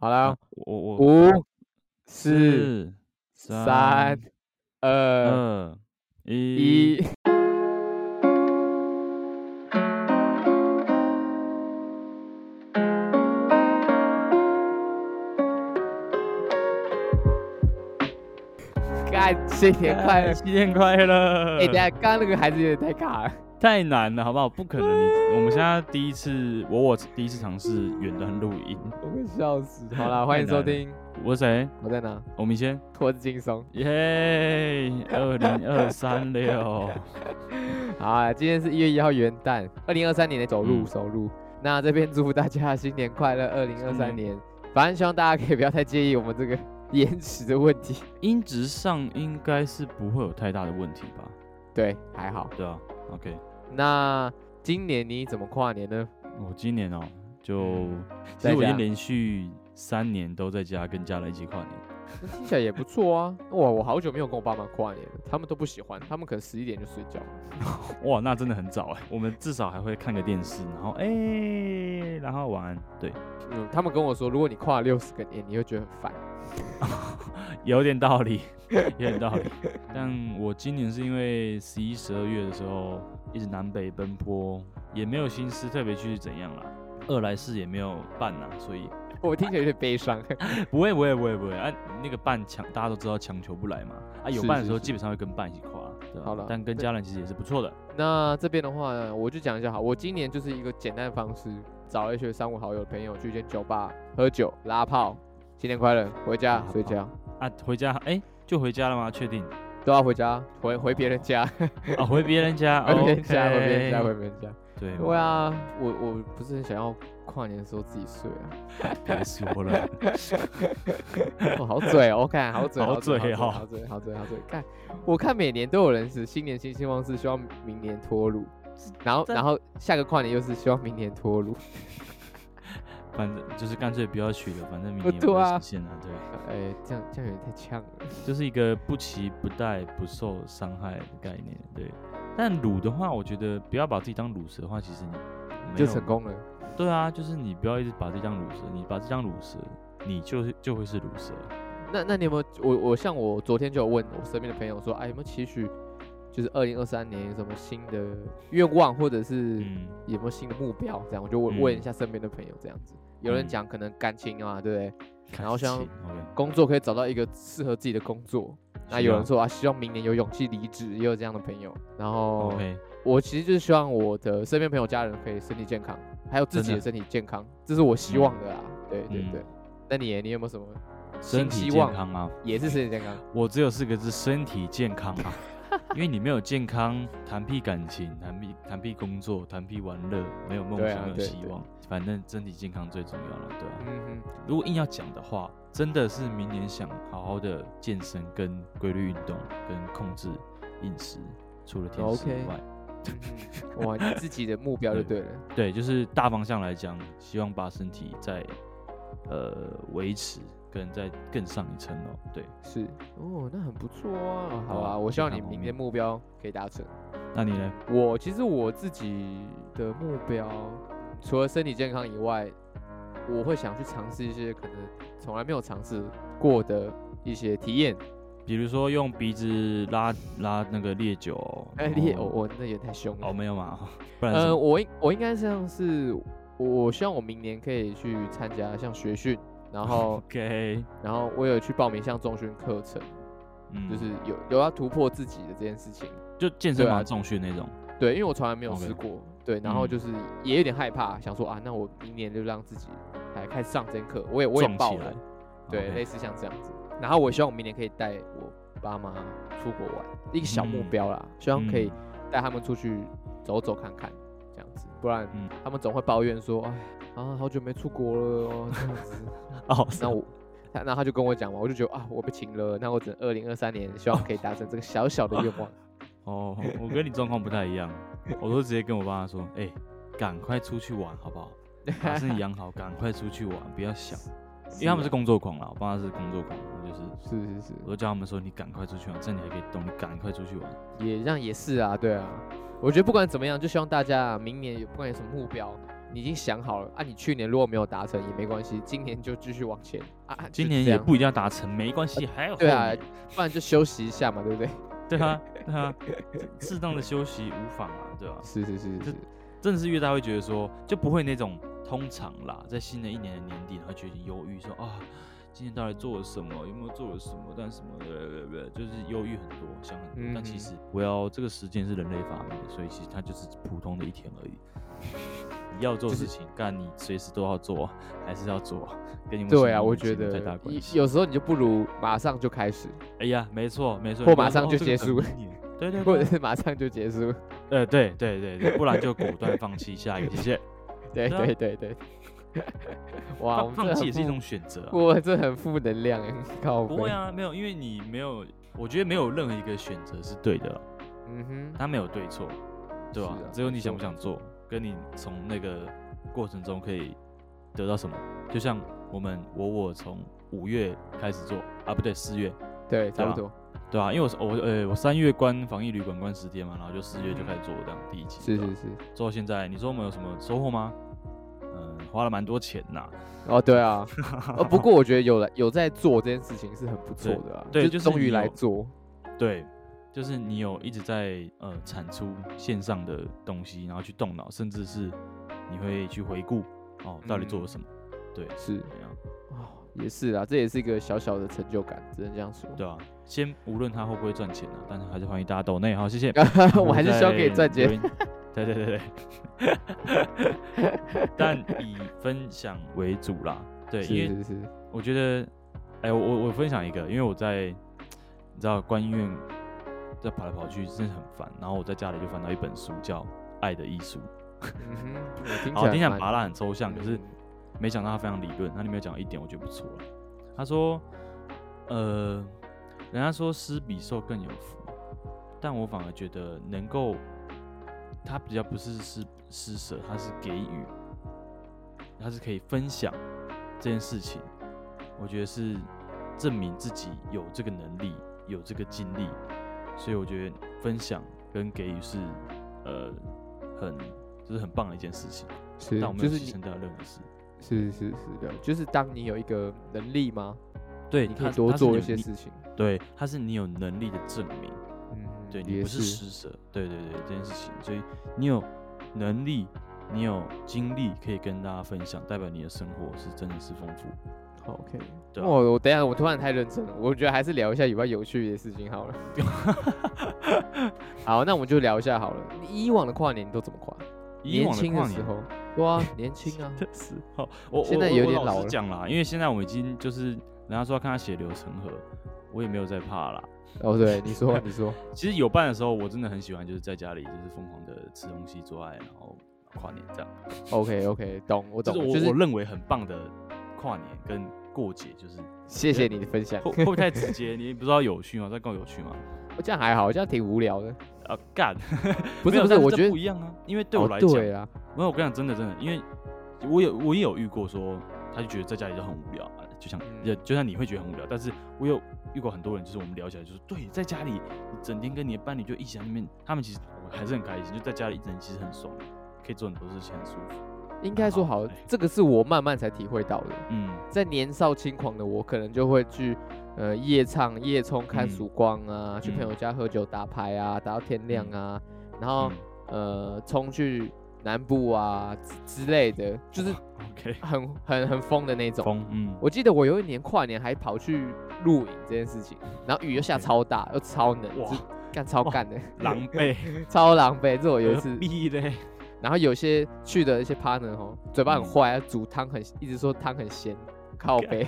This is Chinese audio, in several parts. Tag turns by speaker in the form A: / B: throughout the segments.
A: 好了，
B: 我我
A: 五、四、
B: 四
A: 三、二、
B: 二嗯一
A: 一。干，新年快乐！
B: 新年快乐！
A: 哎、等一下，刚刚那个孩子有点太卡了。
B: 太难了，好不好？不可能！你我们现在第一次，我我第一次尝试远端录音。
A: 我快笑死！好啦，欢迎
B: 太
A: 收
B: 难了
A: 听，
B: 我是谁？
A: 我在哪？
B: 我们先
A: 我是轻松。
B: 耶！二零二三哦六，
A: 好啊，今天是一月一号元旦，二零二三年的走路
B: 嗯
A: 走路。那这边祝福大家新年快乐，二零二三
B: 嗯
A: 年。反正希望大家可以不要太介意我们这个 延迟的问题。
B: 音质上应该是不会有太大的问题吧？
A: 对，还好。
B: 对啊，OK。
A: 那今年你怎么跨年呢？
B: 我今年哦、就
A: 嗯
B: 其实
A: 在
B: 我已
A: 家
B: 经连续三年都在家跟家人一起跨年。
A: 听起来也不错啊。哇，我好久没有跟我爸妈跨年了，他们都不喜欢，他们可能十一点就睡觉。
B: 哇，那真的很早哎、我们至少还会看个电视，然后哎、然后晚安。对，
A: 嗯，他们跟我说，如果你跨了六十个年，你会觉得很烦。
B: 有点道理， 有点道理。但我今年是因为十一、十二月的时候一直南北奔波，也没有心思特别去怎样啦。二来是也没有办啦，所以
A: 我听起来有点悲伤。
B: 不会不会不会不会啊！那个办强大家都知道强求不来嘛啊，有
A: 是
B: 办
A: 是
B: 的时候
A: 是
B: 基本上会跟办一起跨，对吧、
A: 好啦
B: 但跟
A: 对
B: 家人其实也是不错的。
A: 那这边的话呢，我就讲一下好，我今年就是一个简单的方式，找一些三五好友的朋友去一间酒吧喝酒拉炮，新年快乐，回家
B: 拉炮
A: 睡觉，
B: 啊，回家哎、就回家了吗？确定？
A: 都要回家，回回别人 家，
B: 啊，回别人 家，哦
A: 回别人家，回别人
B: OK 哎
A: 家，回别人家。
B: 对，
A: 对啊，我我不是很想要跨年的时候自己睡啊，
B: 别说了，
A: 哦，好嘴 哦，看好嘴，
B: 好
A: 嘴，
B: 嘴哦
A: 好嘴，好嘴，好嘴，看，我看每年都有人是新年新希望是希望明年脱乳，然后
B: 这
A: 然后下个跨年又是希望明年脱乳，
B: 反正就是干脆不要取了，反正明
A: 不
B: 年也不
A: 对
B: 会
A: 啊
B: 实现啊，对，
A: 哎，这样这样有点太呛了。
B: 就是一个不期不待、不受伤害的概念，对。但卤的话，我觉得不要把自己当卤蛇的话，其实你没
A: 就
B: 有
A: 成。功了。
B: 对啊，就是你不要一直把自己当卤蛇，你把自己当卤蛇，你就是就会是卤蛇。
A: 那那你有没有？我我像我昨天就有问我身边的朋友说，哎、有没有期许？就是二零二三年有什么新的愿望，或者是
B: 嗯，
A: 有没有新的目标？这样我就问问一
B: 嗯
A: 下身边的朋友，这样子。有人
B: 嗯
A: 讲可能感情啊，对不对？然后
B: 感
A: 像
B: 情，OK，
A: 工作可以找到一个适合自己的工作。那
B: 需
A: 有
B: 要
A: 人说啊，希望明年有勇气离职，也有这样的朋友。然后
B: OK，
A: 我其实就是希望我的身边朋友、家人可以身体健康，还有自
B: 真
A: 己的
B: 的
A: 身体健康，这是我希
B: 嗯
A: 望的啦。啊对对
B: 嗯
A: 对。那你耶你有没有什么
B: 身
A: 新
B: 体
A: 希
B: 健
A: 望？
B: 康啊，
A: 也是身体健 康。
B: 我只有四个字：身体健康 啊！因为你没有健康，谈屁感情，谈屁谈屁工作，谈屁玩乐，没有梦
A: 对啊
B: 想，没有
A: 对
B: 希
A: 对
B: 望。反正身体健康最重要了，对啊。
A: 嗯哼，
B: 如果硬要讲的话，真的是明年想好好的健身、跟规律运动、跟控制饮食，除了甜食
A: OK
B: 以外，
A: 嗯哼哇，你自己的目标就对了。
B: 对，就是大方向来讲，希望把身体再呃维持，跟再更上一层楼。对，
A: 是哦，那很不错啊。好
B: 对
A: 啊，
B: 啊
A: 我希望你
B: 健康
A: 明
B: 方
A: 天
B: 面
A: 目标可以达成。
B: 那你呢？
A: 我其实我自己的目标，除了身体健康以外，我会想去尝试一些可能从来没有尝试过的一些体验。
B: 比如说用鼻子拉拉那个烈酒，
A: 哎，
B: 然后
A: 你也哦，我那也太凶
B: 哦
A: 了。
B: 没有嘛， 不然
A: 呃，
B: 是
A: 我应我应该像是我希望我明年可以去参加像学训，然 后
B: OK，
A: 然后我有去报名像重训课程。
B: 嗯，
A: 就是有有要突破自己的这件事情。
B: 就健身
A: 对啊
B: 房重训那种，
A: 对，因为我从来没有试
B: OK
A: 过对，然后
B: 嗯
A: 就是也有点害怕，想说啊，那我明年就让自己来开始上这课，我也我也
B: 撞
A: 报
B: 起
A: 了
B: 来，
A: 对
B: OK
A: 类似像这样子。然后我希望我明年可以带我爸妈出国玩，一个小目
B: 嗯
A: 标啦，希望可以
B: 嗯
A: 带他们出去走走看看，这样子，不然
B: 嗯
A: 他们总会抱怨说，哎啊，好久没出国了哦，这样子。
B: 哦，
A: 那我他那他就跟我讲嘛，我就觉得啊，我被请了，那我只能二零二三年希望可以达成这个小小的愿望。
B: 哦，我跟你状况不太 一样，我都直接跟我爸说，哎、赶快出去玩好不 好？把身体养好，赶快出去玩，不要想，
A: 啊
B: 因为他们是工作狂啦，我爸是工作狂，我就是
A: 是是是，
B: 我都叫他们说你赶快出去玩，趁你还可以动，你赶快出去玩。
A: 也这样也是啊，对啊。我觉得不管怎么样，就希望大家明年有不管有什么目标，你已经想好了啊，你去年如果没有达成也没关系，今年就继续往前啊。啊
B: 今
A: 就
B: 年
A: 这
B: 也
A: 样
B: 不一定要达成，没关系，还有
A: 对
B: 后
A: 啊
B: 年，
A: 不然就休息一下嘛，对不 对？
B: 对啊，对啊，适当的休息无妨啊，对吧、
A: 是是是是
B: 这，真的是越大会觉得说，就不会那种通常啦，在新的一年的年底，然后觉得忧郁，说啊，今年到底做了什么，有没有做了什么，但什么的，就是忧郁很多，想很多。但
A: 嗯
B: 其
A: 哼
B: 实我要这个时间是人类发明的，所以其实它就是普通的一天而已。你要做
A: 就
B: 事
A: 是
B: 情，干、你随时都要做啊，还是要做啊，跟你们
A: 对啊，我觉
B: 太大
A: 得
B: 关
A: 一
B: 系。
A: 有时候你就不如马上就开始，
B: 哎呀，没错没错，
A: 或
B: 你不
A: 马
B: 要说
A: 上
B: 哦
A: 就
B: 这个
A: 结
B: 很
A: 束
B: 明年 对啊对
A: 或
B: 对
A: 者，是马上就结 束。
B: 呃，对对对对，不然就果断放弃下一个，谢谢。
A: 对
B: 对啊
A: 对对 对，哇，我
B: 放
A: 们这
B: 放弃
A: 很
B: 也是一
A: 负
B: 种选择、啊。
A: 我这很负能量哎，靠
B: 不
A: 背
B: 会，啊，没有，因为你没有，我觉得没有任何一个选择是对的啦，
A: 嗯
B: 它没有对错，对吧、
A: 是啊
B: 只有
A: 没
B: 你想
A: 错
B: 不想做，跟你从那个过程中可以得到什么。就像我们我我从五月开始做啊，不对，四月，
A: 哼，对，差
B: 对
A: 不
B: 啊
A: 多，
B: 对啊，因为我是我呃我三月关防疫旅馆关十天嘛，然后就四月就开始做这样第一期，
A: 是
B: 对吧
A: 是是，
B: 做到现在，你说我们有什么收获吗？嗯，花了蛮多钱呐、
A: 哦对 啊，呃不过我觉得有了有在做这件事情是很不错
B: 对
A: 的啊，
B: 对
A: 就
B: 就是
A: 终
B: 你
A: 于来
B: 有
A: 做，
B: 对，就是你有一直在呃产出线上的东西，然后去动脑，甚至是你会去回顾哦，到底做了什么，
A: 嗯
B: 对，
A: 是
B: 怎样，
A: 啊，也是啊，这也是一个小小的成就感，只能这样说。
B: 对啊。先无论它会不会赚钱啊，但是还是欢迎大家抖内好，谢谢。
A: 我们还是需要可以赚钱。
B: 留言。对对对对， 但以分享为主啦。对，因
A: 是
B: 为
A: 是是，
B: 我觉得，哎、我我我分享一个，因为我在你知道观音院在跑来跑去，真的很烦。然后我在家里就翻到一本书叫《爱的艺术
A: 嗯哼，我听》，起
B: 好，
A: 来
B: 听起来
A: 蛮
B: 拔辣很抽象，可是
A: 嗯
B: 没想到它非常理论。它里面有讲到一点，我觉得不错了。他说，呃，人家说施比受更有福，但我反而觉得能够，他比较不是施施舍，他是给予，他是可以分享这件事情。我觉得是证明自己有这个能力，有这个经历，所以我觉得分享跟给予是，呃，很就是很棒的一件事情。
A: 是
B: 但我没
A: 就
B: 有
A: 是
B: 牺
A: 你
B: 牲掉任何事。
A: 是是是的，就是当你有一个能力吗？
B: 对，
A: 你可
B: 它
A: 以多
B: 它是
A: 做
B: 有
A: 一些
B: 你
A: 事情。
B: 对，它是你有能力的证明，
A: 嗯，
B: 对你
A: 也
B: 不是
A: 是
B: 施舍，对对对，这件事情，所以你有能力，你有经历可以跟大家分享，代表你的生活是真的是丰富。
A: 好 OK。
B: 对啊
A: 我我等一下我突然太认真了，我觉得还是聊一下有关有趣的事情 好了。好，那我们就聊一下好了。你以往的跨年你都怎么跨？
B: 以
A: 年
B: 往的
A: 轻的
B: 跨
A: 时
B: 年
A: 候，对 啊，年轻啊，
B: 的时候，我
A: 现
B: 我
A: 在
B: 我
A: 有
B: 我
A: 点
B: 老
A: 老
B: 实
A: 了
B: 讲啦，因为现在我已经就是人家说要看他血流成河，我也没有在怕啦。
A: 哦对，你说你说，
B: 其实有伴的时候，我真的很喜欢，就是在家里就是疯狂的吃东西、做爱，然后跨年这样。
A: OK OK，懂我
B: 这
A: 懂
B: 是
A: 了，
B: 我、
A: 就
B: 我
A: 是
B: 认为很棒的跨年跟过节， 就是
A: 谢谢你的分享
B: 会。会不会太直接？你不知道有趣吗？在更有趣吗？
A: 我这样还好，这样挺无聊的。
B: 啊干，
A: 不
B: 没
A: 是
B: 有
A: 不是，
B: 但
A: 我
B: 这
A: 觉得
B: 不一样啊，因为对我
A: 哦
B: 来讲，
A: 对啦，
B: 没有我跟你讲，真的真的，因为我有我也有遇过说，他就觉得在家里就很无聊啊，就像
A: 嗯
B: 也、就像你会觉得很无聊，但是我有遇过很多人，就是我们聊起来就是对，在家里你整天跟你的伴侣就一起在那边，他们其实我还是很开心，就在家里一整天其实很爽，可以做很多事情，很舒服。
A: 应该说好
B: 好对，哎
A: 这个是我慢慢才体会到的。
B: 嗯，
A: 在年少轻狂的我，可能就会去呃夜唱、夜冲、看
B: 嗯
A: 曙光啊，去朋友
B: 嗯
A: 家喝酒、打牌啊，打到天亮啊，然后、
B: 嗯
A: 呃冲去南部啊之之类的，就是
B: 嗯、OK，
A: 很很很疯的那种。
B: 风嗯，
A: 我记得我有一年跨年还跑去露营这件事情，然后雨又下
B: OK
A: 超大，又超冷，
B: 哇
A: 就干超
B: 哇
A: 干的，
B: 狼狈，呃
A: 超狼狈。 这我有一 次
B: 何必嘞？
A: 然后有些去的一些 partner 哦，嘴巴很
B: 嗯
A: 坏，煮汤很一直说汤很咸，靠背，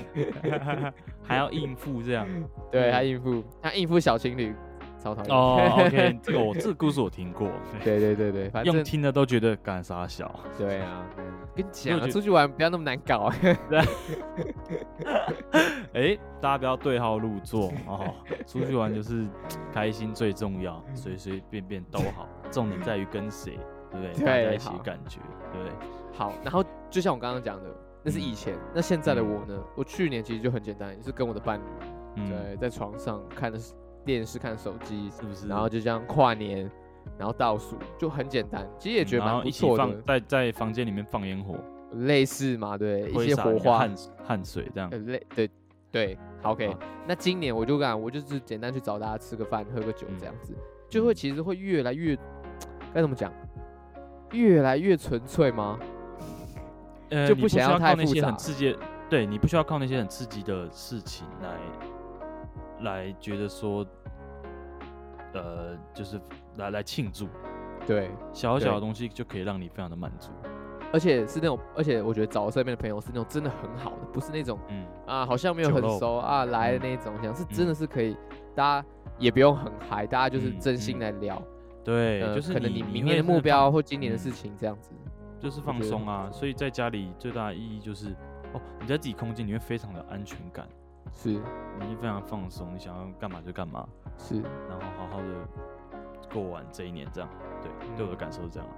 B: 还要应付这样。
A: 对他应付他应付小情侣，超讨厌。
B: 嗯哦，OK，这个我这个故事我听过，
A: 对对对对，反
B: 用
A: 正
B: 听的都觉得干啥小。
A: 对啊，跟你
B: 因为
A: 讲
B: 我觉
A: 啊，
B: 得
A: 出去玩不要那么难搞。啊
B: 哎，大家不要对号入 座哦，出去玩就是开心最重要，
A: 嗯
B: 随随便便都好，重点在于跟谁，对不对？
A: 对
B: 大家一起
A: 好
B: 感觉，对不对？
A: 好，然后就像我刚刚讲的，那是
B: 嗯
A: 以前，那现在的我呢？我去年其实就很简单，就是跟我的伴侣
B: 嗯，
A: 对在床上看的电视、看手机，
B: 是不是？嗯
A: 然后就这样跨年，然后倒数，就很简单，其实也觉得
B: 嗯然
A: 蛮
B: 后
A: 不
B: 一起
A: 错
B: 放
A: 的，
B: 在在房间里面放烟火，
A: 类似嘛，对，一
B: 挥
A: 些
B: 洒你
A: 火
B: 的
A: 花，
B: 汗汗水这样
A: 呃，。类对对好，OK
B: 好。
A: 那今年我就干，我就是简单去找大家吃个饭、喝个酒
B: 嗯
A: 这样子，就会其实会越来越该怎么讲，越来越纯粹吗？
B: 呃，
A: 就
B: 你
A: 不
B: 需
A: 想要
B: 要
A: 太
B: 靠那
A: 复
B: 些
A: 杂
B: 很刺激的，对你不需要靠那些很刺激的事情来来觉得说，呃，就是来来庆祝，
A: 对，
B: 小
A: 对
B: 小的东西就可以让你非常的满足。
A: 而且是那种，而且我觉得找身边的朋友是那种真的很好的，不是那种
B: 嗯，
A: 啊好像没有
B: 酒
A: 很
B: 肉
A: 熟啊来的
B: 嗯
A: 那种，这样是真的是可以，大家也不用很嗨，大家就是
B: 嗯
A: 真心
B: 嗯
A: 来聊，
B: 对，
A: 呃
B: 就是
A: 可能
B: 你
A: 明年的
B: 会
A: 目
B: 真
A: 标
B: 放
A: 或今年的
B: 嗯
A: 事情这样子。
B: 就是
A: 觉
B: 放
A: 得
B: 松
A: 很
B: 啊，所以在家里最大的意义就是，哦，你在自己空间里面非常的安全感，
A: 是
B: 你非常放松，你想要干嘛就干嘛，
A: 是，
B: 然后好好的过完这一年，这样，对，对我的感受是这样啊。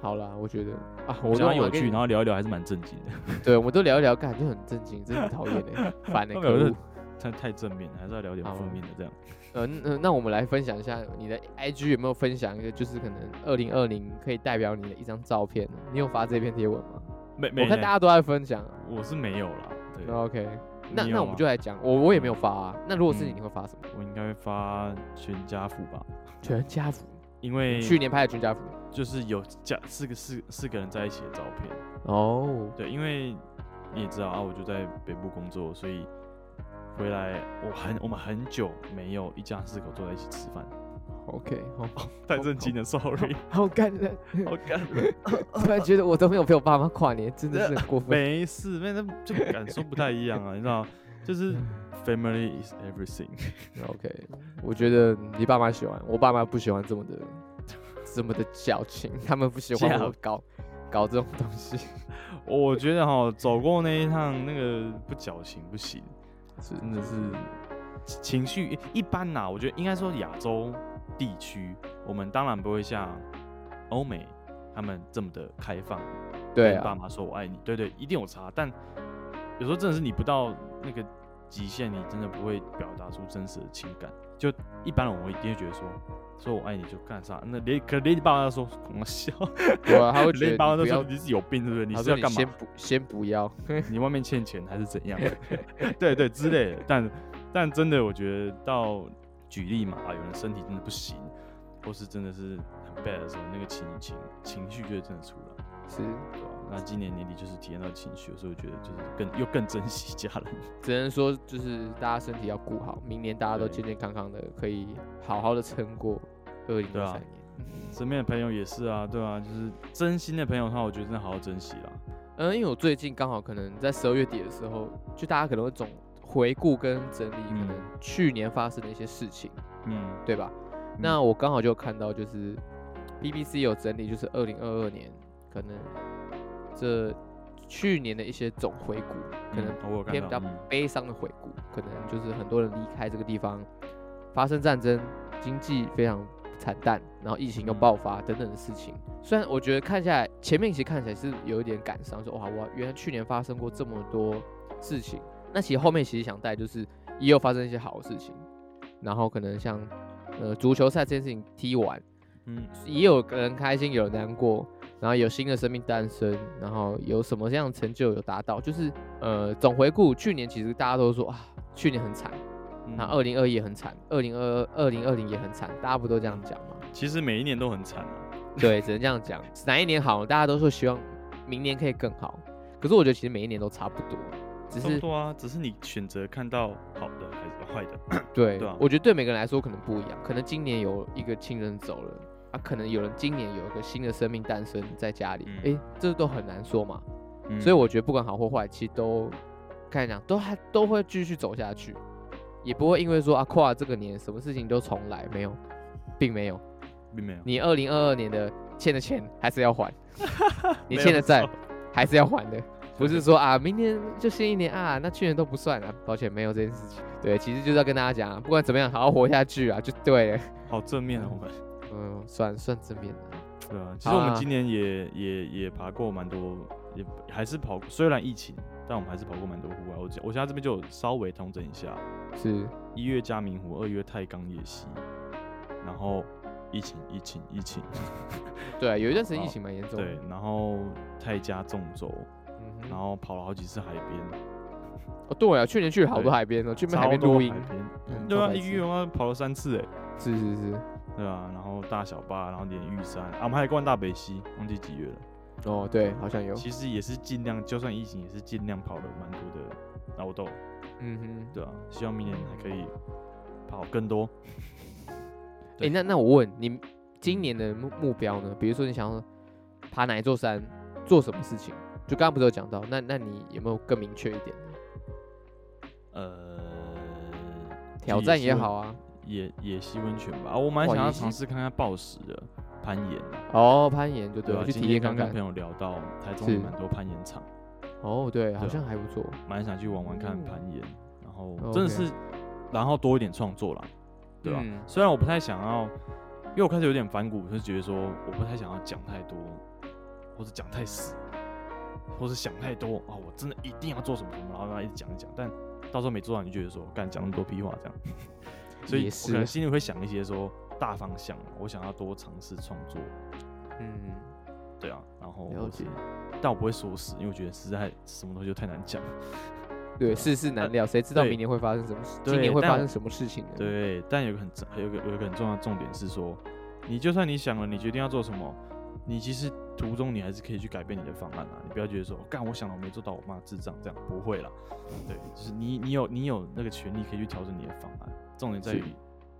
A: 好啦，我觉得啊，嗯我
B: 我
A: 都
B: 讲到有
A: 跟你
B: 趣，然后聊一聊还是蛮震惊的。
A: 对，我们都聊一聊，感就很震惊，真的很讨厌哎，烦哎、欸，
B: 那没
A: 可
B: 有
A: 恶
B: 是。太太正面了，还是要聊点
A: 好啊
B: 负面的这样。
A: 呃，那呃那我们来分享一下你的 IG 有没有分享一个，就是可能二零二零可以代表你的一张照片呢？你有发这篇贴文吗？
B: 没没
A: 我
B: 呢，
A: 看大家都在分享啊。
B: 我是没有啦，对，
A: OK，那
B: 你
A: 那
B: 有
A: 我们
B: 吗
A: 就来讲，我我也没有发啊。那如果是你，
B: 嗯
A: 你会发什么？
B: 我应该会发全家福吧，
A: 全家福，
B: 因为
A: 去年拍的全家福。
B: 就是有家四个四四个人在一起的照片。
A: 哦，
B: 对，因为你也知道啊，我就在北部工作，所以回来我很我们很久没有一家四口坐在一起吃饭，
A: OK，好，
B: 太震惊了，sorry，
A: 好感 人，
B: 好 感
A: 突然觉得我都没有陪我爸妈跨年，真的是很过分。
B: 没事，那那就感受不太一样啊，你知道，就是 family is everything。
A: OK，我觉得你爸妈喜欢，我爸妈不喜欢这么的 这么的矫 情，他们不喜欢我
B: 矫
A: 搞搞这种东 西。
B: 我觉得哈，走过那一趟，那个不矫情不行，
A: 是
B: 真的是情绪一般呐、我觉得应该说亚洲地区，我们当然不会像欧美他们这么的开放，
A: 对
B: 跟爸
A: 啊，
B: 妈说我爱你，对对，一定有差。但有时候真的是你不到那个极限，你真的不会表达出真实的情感。就一般人我一定会觉得说，说我爱你就干啥？那连可连你爸妈都说我笑，
A: 对啊，他会觉得
B: 连
A: 你
B: 你爸妈都
A: 不
B: 说
A: 要，
B: 你是有病对不对？你
A: 他
B: 是
A: 说
B: 要
A: 你
B: 干嘛
A: 先？不先不要，
B: 你外面欠钱还 是怎样？对对之类的。但但真的，我觉得到举例嘛，啊，有人身体真的不行，或是真的是很 bad 的时候，那个情情情绪就会真的出来，
A: 是
B: 对啊吧、那今年年底就是体验到情绪，所以我觉得就是更又更珍惜家人。
A: 只能说就是大家身体要顾好，明年大家都
B: 对
A: 健健康康的，可以好好的撑过二零
B: 对
A: 二
B: 啊
A: 三年。
B: 身边的朋友也是啊，对啊，就是真心的朋友的话，我觉得真的好好珍惜啦。
A: 嗯，因为我最近刚好可能在十二月底的时候，就大家可能会总回顾跟整理可
B: 嗯
A: 能去年发生的一些事情，
B: 嗯，
A: 对吧？那我刚好就有看到，就是 BBC 有整理，就是二零二二年可能这去年的一些总回顾，可能
B: 嗯我有看
A: 偏比
B: 到
A: 较
B: 嗯
A: 悲伤的回顾，可能就是很多人离开这个地方，发生战争，经济非常惨淡，然后疫情又
B: 嗯
A: 爆发等等的事情。虽然我觉得看下来，前面其实看起来是有一点感伤，说哇，我原来去年发生过这么多事情。那其实后面其实想带就是也有发生一些好的事情，然后可能像呃足球赛这件事情踢完，
B: 嗯，
A: 也有人开心，有人难过，然后有新的生命诞生，然后有什么样的成就有达到，就是呃，总回顾去年，其实大家都说啊，去年很惨，
B: 嗯
A: 那二零二一也很惨，二零二二、二零二零也很惨，大家不都这样讲吗？
B: 其实每一年都很惨啊。
A: 对，只能这样讲。哪一年好，大家都说希望明年可以更好，可是我觉得其实每一年都差不多，只
B: 差不
A: 是
B: 多啊，只是你选择看到好的还是坏的。
A: 对，
B: 对啊
A: 我觉得对每个人来说可能不一样，可能今年有一个亲人走了。啊，可能有人今年有一个新的生命诞生在家里，诶、
B: 嗯
A: 这都很难说嘛。
B: 嗯
A: 所以我觉得不管好或坏，其实都该讲都还都会继续走下去，也不会因为说啊跨了这个年什么事情都重来，没有，并没有。
B: 并没有。
A: 你二零二二年的欠的钱还是要 还，你
B: 没
A: 欠
B: 有
A: 的债
B: 错
A: 还是要还 的，不是说啊明年就新一年啊，那去年都不算啊，抱歉没有这件事情。对，其实就是要跟大家讲啊，不管怎么样，好好活下去啊，就对了。
B: 好正面啊，我们
A: 嗯，算算正面的，
B: 对啊。其实我
A: 好
B: 们
A: 啊
B: 今年也也也爬过蛮多，也还是跑，虽然疫情，但我们还是跑过蛮多户外。我我现在这边就有稍微统整一下：
A: 是
B: 一月嘉明湖，二月太钢野溪，然后疫情，疫情，疫情，
A: 对啊，有一段时间疫
B: 好
A: 情蛮严重的。
B: 对，然后太加纵轴，
A: 嗯哼
B: 然后跑了好几次海边，
A: 哦，对啊，去年去了好多
B: 对
A: 海边哦，去海
B: 超
A: 边
B: 多
A: 录音
B: 海，边
A: 嗯
B: 对
A: 超
B: 啊，
A: 白
B: 一个
A: 痴
B: 月我跑了三次哎，
A: 是是是，
B: 对啊，然后大小坝，然后连玉山，啊，我们还逛大北溪，忘记几月了。
A: 哦，对，好像有，
B: 其实也是尽量，就算疫情也是尽量跑了蛮多的劳动，
A: 嗯哼，
B: 对啊，希望明年还可以跑更多。
A: 哎，
B: 对
A: 那那我问你，今年的目目标呢？比如说你想要爬哪一座山，做什么事情？就刚刚不是有讲到，那那你有没有更明确一点呢？
B: 呃，
A: 挑
B: 去
A: 战
B: 野溪
A: 也
B: 温
A: 好，啊，
B: 野野溪温泉吧，啊我蛮
A: 哇
B: 想要
A: 野溪
B: 尝试看看暴食的攀岩，
A: 哦，攀岩就对
B: 对
A: 了，
B: 啊，
A: 去
B: 今
A: 体
B: 天
A: 验
B: 刚
A: 看
B: 跟
A: 看
B: 朋。友聊到，台中有
A: 是
B: 蛮多攀岩场，
A: 哦，对，好
B: 对啊
A: 像还不错。
B: 蛮想去玩玩看
A: 哦
B: 攀岩，然后
A: 哦
B: 真的
A: OK
B: 是，然后多一点创作啦，对吧、啊
A: 嗯
B: 虽然我不太想要，因为我开始有点反骨，就是觉得说我不太想要讲太多，或者讲太死，或是想太多啊、我真的一定要做什么什么，然后让他一直讲一讲，但到时候没做到，你就觉得说干讲那么多屁话这样， 所以
A: 也
B: 我可
A: 是
B: 能
A: 啊
B: 心里会想一些说大方向，啊我想要多尝试创作，
A: 嗯，
B: 对啊，然后
A: 了
B: 或
A: 解
B: 是但我不会说死，因为我觉得实在什么东西都太难讲。
A: 对，世事难料，谁知道
B: 对
A: 明年会发生什么事？
B: 对
A: 今年会
B: 但
A: 发
B: 我
A: 生什么事情呢？
B: 对，但有一个很重有一个有一个很重要的重点是说，你就算你想了，你决定要做什么，你其实途中你还是可以去改变你的方案啊。你不要觉得说，干我想了我没做到，我妈智障这样，不会啦。对，就是你你有你有那个权利可以去调整你的方案。重点在
A: 是
B: 于，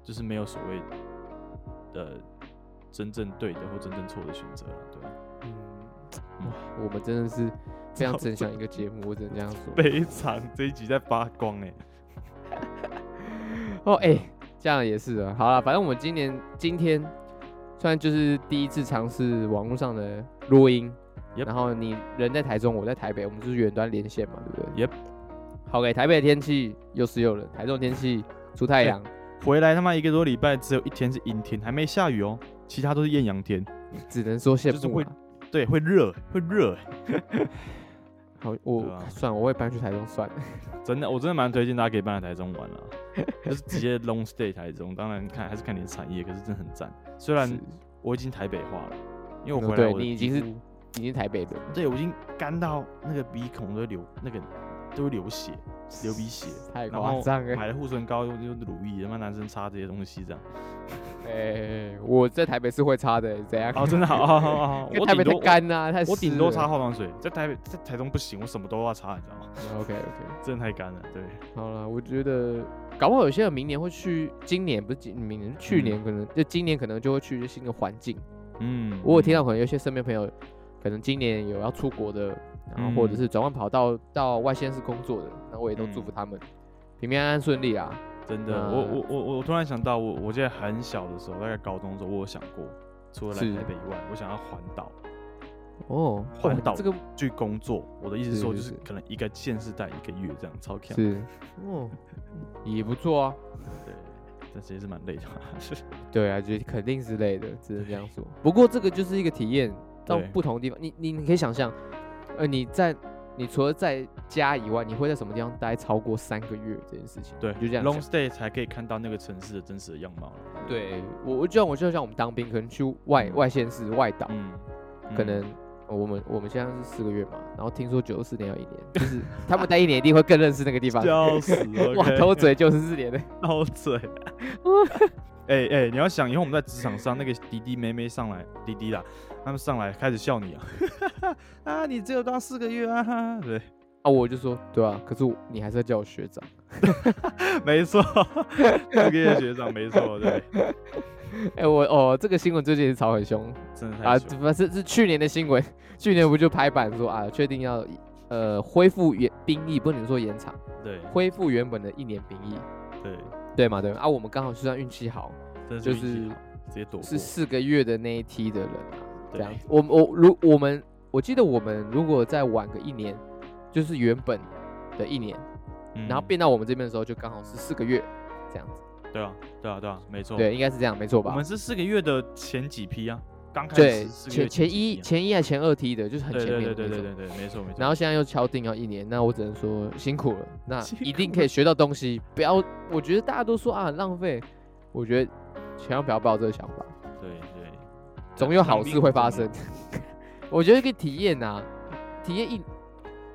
B: 就是没有所谓的真正对的或真正错的选择了，对啊。
A: 嗯，哇，我们真的是非常正向一个节目，我只能这样说。
B: 非常这一集在发光哎、
A: 哦，哎、这样也是啊。好了，反正我们今年今天虽然就是第一次尝试网络上的录音
B: Yep
A: 然后你人在台中，我在台北，我们就是远端连线嘛，对不对
B: Yep
A: 好给台北的天气又湿又冷，台中天气出太 阳，
B: 回来他妈一个多礼拜，只有一天是阴天，还没下雨哦，其他都是艳阳天。
A: 只能说羡
B: 就是
A: 慕
B: 会
A: 啊。
B: 对，会热，会热、
A: 好，我、
B: 对啊
A: 算了，我会搬去台中算了。
B: 真的，我真的蛮推荐大家可以搬来台中 玩啦，啊就是直接 long stay 台中。当然看还是看你的产业，可是真的很赞。虽然
A: 是
B: 我已经台北化了，因为我
A: 嗯
B: 回来
A: 对
B: 我的
A: 你已
B: 皮
A: 经是
B: 肤
A: 已经台北的了
B: 对我已经干到那个鼻孔都会流，那个都会流血，流鼻血。
A: 太
B: 然
A: 夸
B: 后
A: 张了。
B: 买 了护唇膏，又又乳液，他妈男生擦这些东西这样。
A: 哎、我在台北是会擦的，怎样？
B: 哦，真的好，哦哦哦
A: 啊 因为
B: 我
A: 台
B: 顶
A: 北太
B: 多我
A: 干呐、太
B: 我顶多
A: 湿
B: 擦
A: 了。
B: 化妆水，在台北在台中不行，我什么都要擦，你知道吗？
A: OK OK，
B: 真的太干了，对。
A: 好了，我觉得搞不好有些人明年会去，今年不是今明年，去年可能、就今年可能就会去新的环境。
B: 嗯，
A: 我有听
B: 嗯
A: 到可能有些身边朋友，可能今年有要出国的，然后或者
B: 嗯
A: 是转换跑道到外县市工作的，那我也都祝福
B: 嗯
A: 他们、平平安安顺利啊。
B: 真的，
A: 那
B: 我我我我突然想到我，我记得很小的时候，大概高中的时候，我有想过，除了来
A: 是
B: 台北以外，我想要环岛
A: 哦，
B: 环
A: 哇
B: 岛
A: 这个
B: 去工作。我的意思是
A: 是
B: 说，就是是
A: 是
B: 可能一个县市待一个月这样，超强。
A: 是哦，也不错啊。
B: 对，但其实是蛮累的。
A: 对啊，就是肯定之类的，只能这样说。不过这个就是一个体验，到
B: 对
A: 不同的地方，你你你可以想象，呃，你在你除了在家以外，你会在什么地方待超过三个月这件事情？
B: 对，
A: 你就这样
B: long
A: 想。
B: stay 才可以看到那个城市的真实的样貌了。，
A: 对我，我就像我就像我们当兵，可能去外
B: 嗯
A: 外县市、外岛，
B: 嗯，
A: 可
B: 嗯
A: 能呃我们我们现在是四个月嘛，然后听说九十四年要一年，就是他们待一年一定会更认识那个地 方。
B: 笑死，
A: 哇，
B: OK
A: 偷嘴九十四年的，
B: 刀 嘴。哎哎、你要想以后我们在职场上，那个弟弟妹妹上来，弟弟啦，他们上来开始笑你啊，啊，你只有当四个月啊，哈哈对，
A: 啊，我就说对啊，可是我你还是要叫我学长。
B: 没错， 四个月学长，没错，对，
A: 哎、我哦，这个新闻最近也是吵很凶，
B: 真的
A: 啊，
B: 太
A: 这
B: 凶了、
A: 不是是去年的新闻，去年不就拍板说啊，确定要呃恢复原兵役，不能说延长，
B: 对
A: 恢复原本的一年兵役，
B: 对，
A: 对嘛对嘛啊，我们刚好是算运气好，
B: 真的
A: 就是
B: 运气
A: 是
B: 好直接躲过，
A: 是四个月的那一梯的人啊，这
B: 对
A: 样子，我我如我们我记得我们如果再晚个一年，就是原本的一年，
B: 嗯
A: 然后变到我们这边的时候就刚好是四个月这样子，
B: 对啊，对啊，对啊，没错，
A: 对，应该是这样没错
B: 我
A: 吧
B: 们？是四个月的前几批啊，刚开
A: 对
B: 始，四个月
A: 前前
B: 几批
A: 一
B: 啊
A: 前一还前二梯的，就是很
B: 对
A: 前
B: 对
A: 面的
B: 对对
A: 那
B: 对
A: 种。
B: 对对，没错没错，
A: 然后现在又敲定要一年，那我只能说辛苦了。那
B: 辛
A: 一
B: 苦
A: 定可以学到东西，不要，我觉得大家都说啊很浪费，我觉得千万不要抱这个想法。
B: 对对，
A: 总有好事会发生。 我觉得可以体验呐、体验一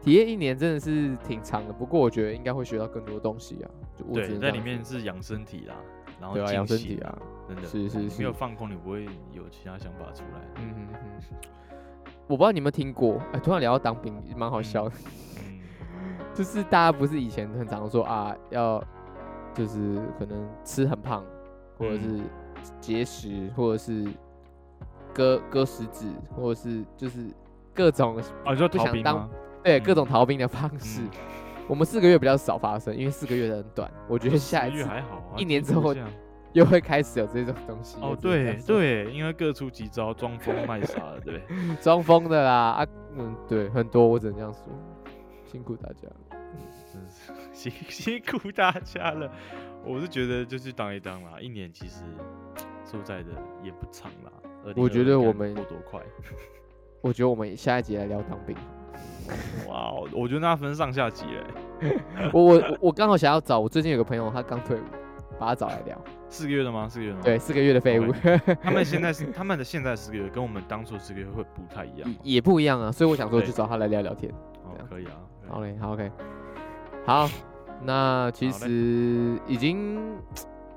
A: 体验一年真的是挺长的，不过我觉得应该会学到更多东西啊。就我只
B: 对，
A: 能
B: 在
A: 这
B: 里
A: 样
B: 面是养身体啦，然后
A: 对啊，
B: 静
A: 养身
B: 心
A: 体，啊，
B: 真的
A: 是是
B: 你没
A: 是
B: 有放空，你不会有其他想法出来。
A: 嗯嗯嗯。我不知道你有没有听过，哎、突然聊到当兵，蛮好
B: 嗯
A: 笑的。
B: 嗯，
A: 就是大家不是以前很常说啊，要就是可能吃很胖，或者
B: 嗯
A: 是节食，或者是割割食指，或者是就是各种
B: 哦，你说
A: 不
B: 逃
A: 想
B: 兵
A: 当
B: 吗？
A: 对
B: 嗯
A: 各种逃兵的方式。
B: 嗯
A: 我们四个月比较少发生，因为四个月很短。我觉得
B: 十
A: 下
B: 哦个
A: 一
B: 月
A: 次
B: 还好啊，
A: 一年之
B: 就
A: 后
B: 这样
A: 又会开始有这种东西。
B: 哦，
A: 只能这
B: 对
A: 样说，
B: 对，因为各出奇招，装疯卖傻了，对不对？
A: 装疯的啦啊，嗯，对，很多我只能这样说，辛苦大家。
B: 真是辛辛苦大家了。我是觉得就是当一当啦，一年其实说实在的也不长啦。
A: 我觉得我
B: 2022
A: 们
B: 过多快，
A: 我觉得我们下一集来聊当兵。
B: 哇哦，我觉得那分上下集欸嘞，
A: 我我我我刚好想要找我最近有个朋友，他刚退伍，把他找来聊。
B: 四个月的吗？四个月的吗？
A: 对，，四个月的废
B: 哦
A: 物
B: 他们现在是他们的现在四个月跟我们当初的四个月会不太一样吗。
A: 也也不一样啊，所以我想说
B: 对
A: 去找他来聊聊天。
B: 哦
A: 这，样
B: 可以啊，可以
A: 好嘞，好 OK，好，那其
B: 好嘞
A: 实已经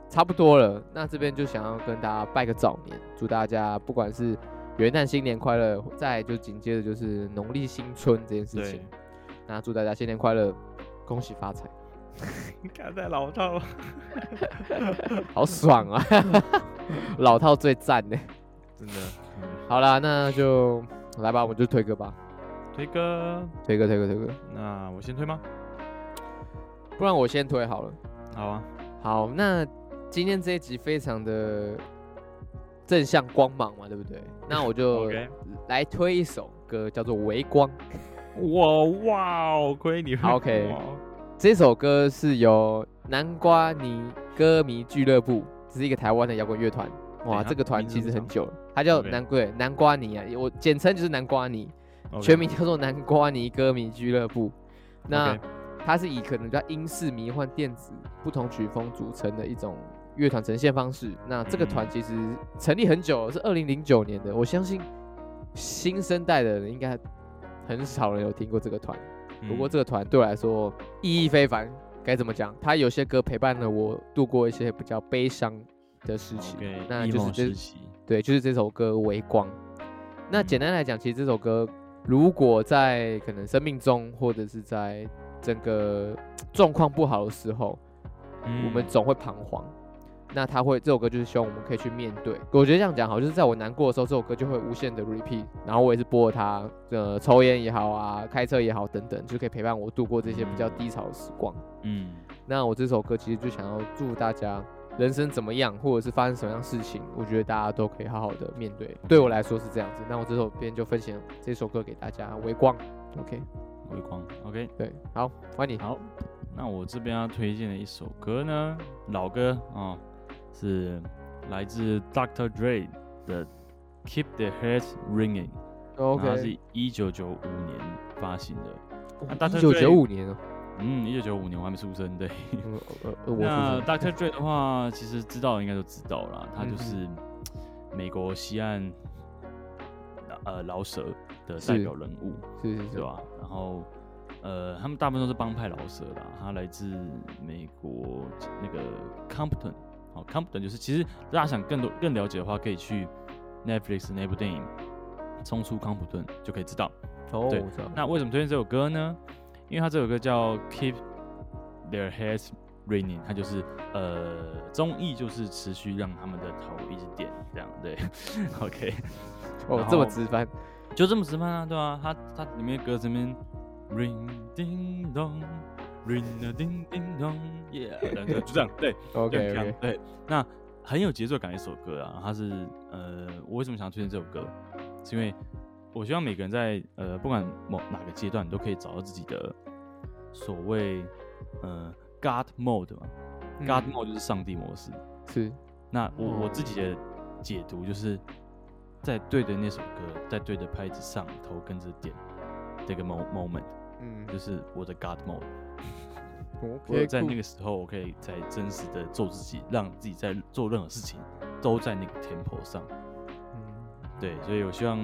A: 差不多了。那这边就想要跟大家拜个早年，祝大家不管是元旦新年快乐，再来就紧接着就是农历新春这件事情
B: 对。，
A: 那祝大家新年快乐，恭喜发财，
B: 你看在老套了，
A: 好爽 啊！老套最赞的。
B: 真的。嗯
A: 好啦，那就来吧，我们就推歌吧，
B: 推歌，
A: 推歌推歌推歌，
B: 那我先推吗？
A: 不然我先推好了。
B: 好啊，
A: 好，那今天这一集非常的正向光芒嘛，对不 对？那我就
B: OK
A: 来推一首歌，叫做《微光》。
B: 哇哇哦，亏你会
A: OK
B: 哇哦
A: 这首歌是由南瓜泥歌迷俱乐部，这是一个台湾的摇滚乐团。哇，
B: 它
A: 这个团
B: 名字
A: 其
B: 很
A: 实很
B: 长
A: 久了，它叫
B: OK
A: 南对南瓜泥啊，我简称就是南瓜泥。
B: OK
A: 全名叫做南瓜泥歌迷俱乐部。那
B: OK
A: 它是以可能比较英式迷幻电子不同曲风组成的一种乐团呈现方式。那这个团
B: 嗯
A: 其实成立很久了，是二零零九年的。我相信新生代的人应该很少人有听过这个团。不过
B: 嗯
A: 这个团对我来说意义非凡，该怎么讲？它有些歌陪伴了我度过一些比较悲伤的时期
B: OK，
A: 那
B: emo
A: 就是这
B: 时期
A: 对，就是这首歌《微光》。那
B: 嗯
A: 简单来讲，其实这首歌如果在可能生命中，或者是在整个状况不好的时候，我们
B: 嗯
A: 总会彷徨。那他会这首歌就是希望我们可以去面对。我觉得这样讲好，就是在我难过的时候，这首歌就会无限的 repeat，然后我也是播了它，呃，抽烟也好啊，开车也好等等，就可以陪伴我度过这些比较
B: 嗯
A: 低潮的时光。
B: 嗯
A: 那我这首歌其实就想要祝大家，人生怎么样，或者是发生什么样的事情，我觉得大家都可以好好的面对。对我来说是这样子。那我这首边就分享这首歌给大家，《微光》。OK，
B: 嗯微光 OK
A: 对，好，欢迎。
B: 好，那我这边要推荐的一首歌呢，老歌啊、哦，是来自 Dr. Dre 的《Keep the Head Ringing》那它
A: OK，
B: 是一九九五年发行的。啊大家
A: 一九九五年哦，
B: 嗯，一九九五年我还没出生，对。
A: 嗯呃呃，我
B: 那
A: 出生
B: Dr. Dre 的话，其实知道的应该都知道啦，他
A: 嗯
B: 就
A: 嗯
B: 是美国西岸呃老舍的代
A: 是
B: 表人物。
A: 是是
B: 对
A: 是，
B: 吧、然后呃，他们大部分都是帮派老舍啦，他来自美国那个 Compton，好、Compton 就是其实大家想更多更了解的话，可以去 Netflix 那部电影《冲出康普顿》就可以知道。
A: 哦，
B: 对
A: 我知道
B: 那为什么推荐这首歌呢？因为它这首歌叫《Keep Their Heads Ringing》，它就是呃，综艺就是持续让他们的头一直点这样，对 ，OK。
A: 哦
B: 然，
A: 这么
B: 后
A: 直翻，
B: 就这么直翻啊，对啊，它它里面的歌这边 ring ding dong ring a ding ding dong yeah，然后就就这样，对
A: OK，
B: 就很强
A: OK
B: 对，那很有节奏感的一首歌啊，它是呃，我为什么想要推荐这首歌，是因为我希望每个人在呃，不管某哪个阶段，你都可以找到自己的所谓呃 God mode 嘛、
A: 嗯
B: g o d mode 就是上帝模式，
A: 是
B: 那我我
A: 哦
B: 自己的解读就是，在对的那首歌，在对的拍子上，头跟着点，这个 mo- moment
A: 嗯
B: 就是我的 God mode。我
A: ，OK，
B: 在那
A: 酷
B: 个时候，我可以在真实的做自己，让自己在做任何事情都在那个 tempo 上。
A: 嗯，
B: 对，所以我希望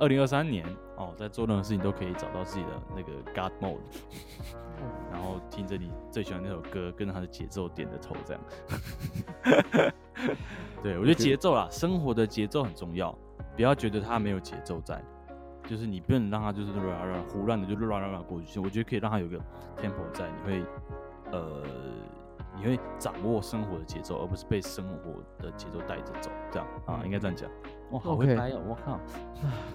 B: 二零二三年哦，在做任何事情都可以找到自己的那个 God mode，然后听着你最喜欢那首歌，跟着它的节奏点着头这样。 对，我觉得节奏啦，生活的节奏很重要，不要觉得它没有节奏在，就是你不能让它就是乱乱胡乱的就乱乱乱过去。我觉得可以让它有一个 tempo 在，你会呃，你会掌握生活的节奏，而不是被生活的节奏带着走，这样啊，应该这样讲。哇，好
A: 嗯
B: 会
A: OK
B: 掰哦！我 靠，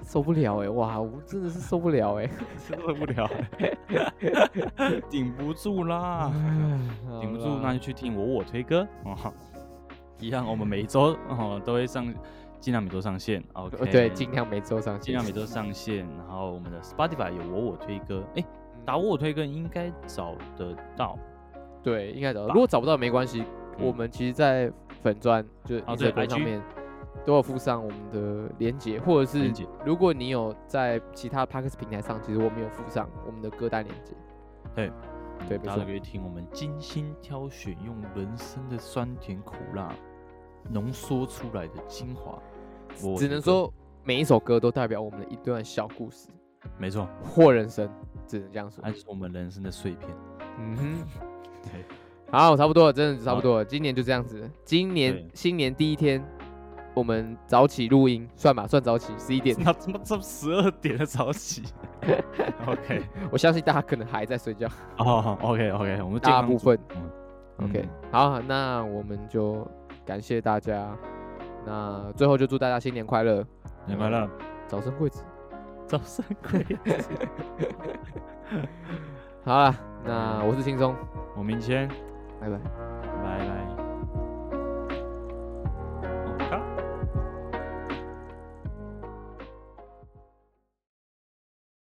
A: 受不了哎、哇，我真的是受不了 哎、
B: 真受不了， 顶不住 啦，啊
A: 嗯
B: 顶不住那就去听我我推歌哦。一样，我们每一周哦都会上，尽量每周上线。
A: 呃
B: OK，
A: 对，尽量每周上线，
B: 嗯尽量每周上线。然后我们的 Spotify 有我我推歌，哎，
A: 嗯
B: 打我我推歌应该找得到。
A: 对，应该找到。
B: 吧
A: 如果找不到没关系，
B: 嗯
A: 我们其实，在粉砖就是
B: 哦对
A: Instagram 上
B: IG
A: 面都有附上我们的连接，或者是
B: 连结
A: 如果你有在其他 p a c k e s 平台上，其实我们有附上我们的歌单连接。
B: 嗯
A: 对没
B: 大家
A: 错
B: 都可以听我们精心挑选，用人生的酸甜苦辣浓缩出来的精华。我我
A: 只
B: 推
A: 能
B: 歌，
A: 说每一首歌都代表我们的一段小故事
B: 没错，
A: 或人生，只能这样说
B: 它。就是我们人生的碎片。
A: 嗯哼。
B: 哎 对。
A: 好，差不多了，真的差
B: 好
A: 不多了。今年就这样子，今
B: 对
A: 年新年第一天，我们早起录音，算吧，算早起，十一 点。
B: 那他妈这十二点的早 起 ？OK，
A: 我相信大家可能还在睡觉，
B: 哦、o k OK，我们健
A: 大
B: 康
A: 部
B: 组
A: 分。
B: 嗯
A: OK，
B: 嗯
A: 好，那我们就感谢大家。那最后就祝大家新年快乐，
B: 新年快乐，
A: 早生贵子。
B: 早上贵。
A: 好了，那我是轻松，
B: 我明天。
A: 拜拜。哦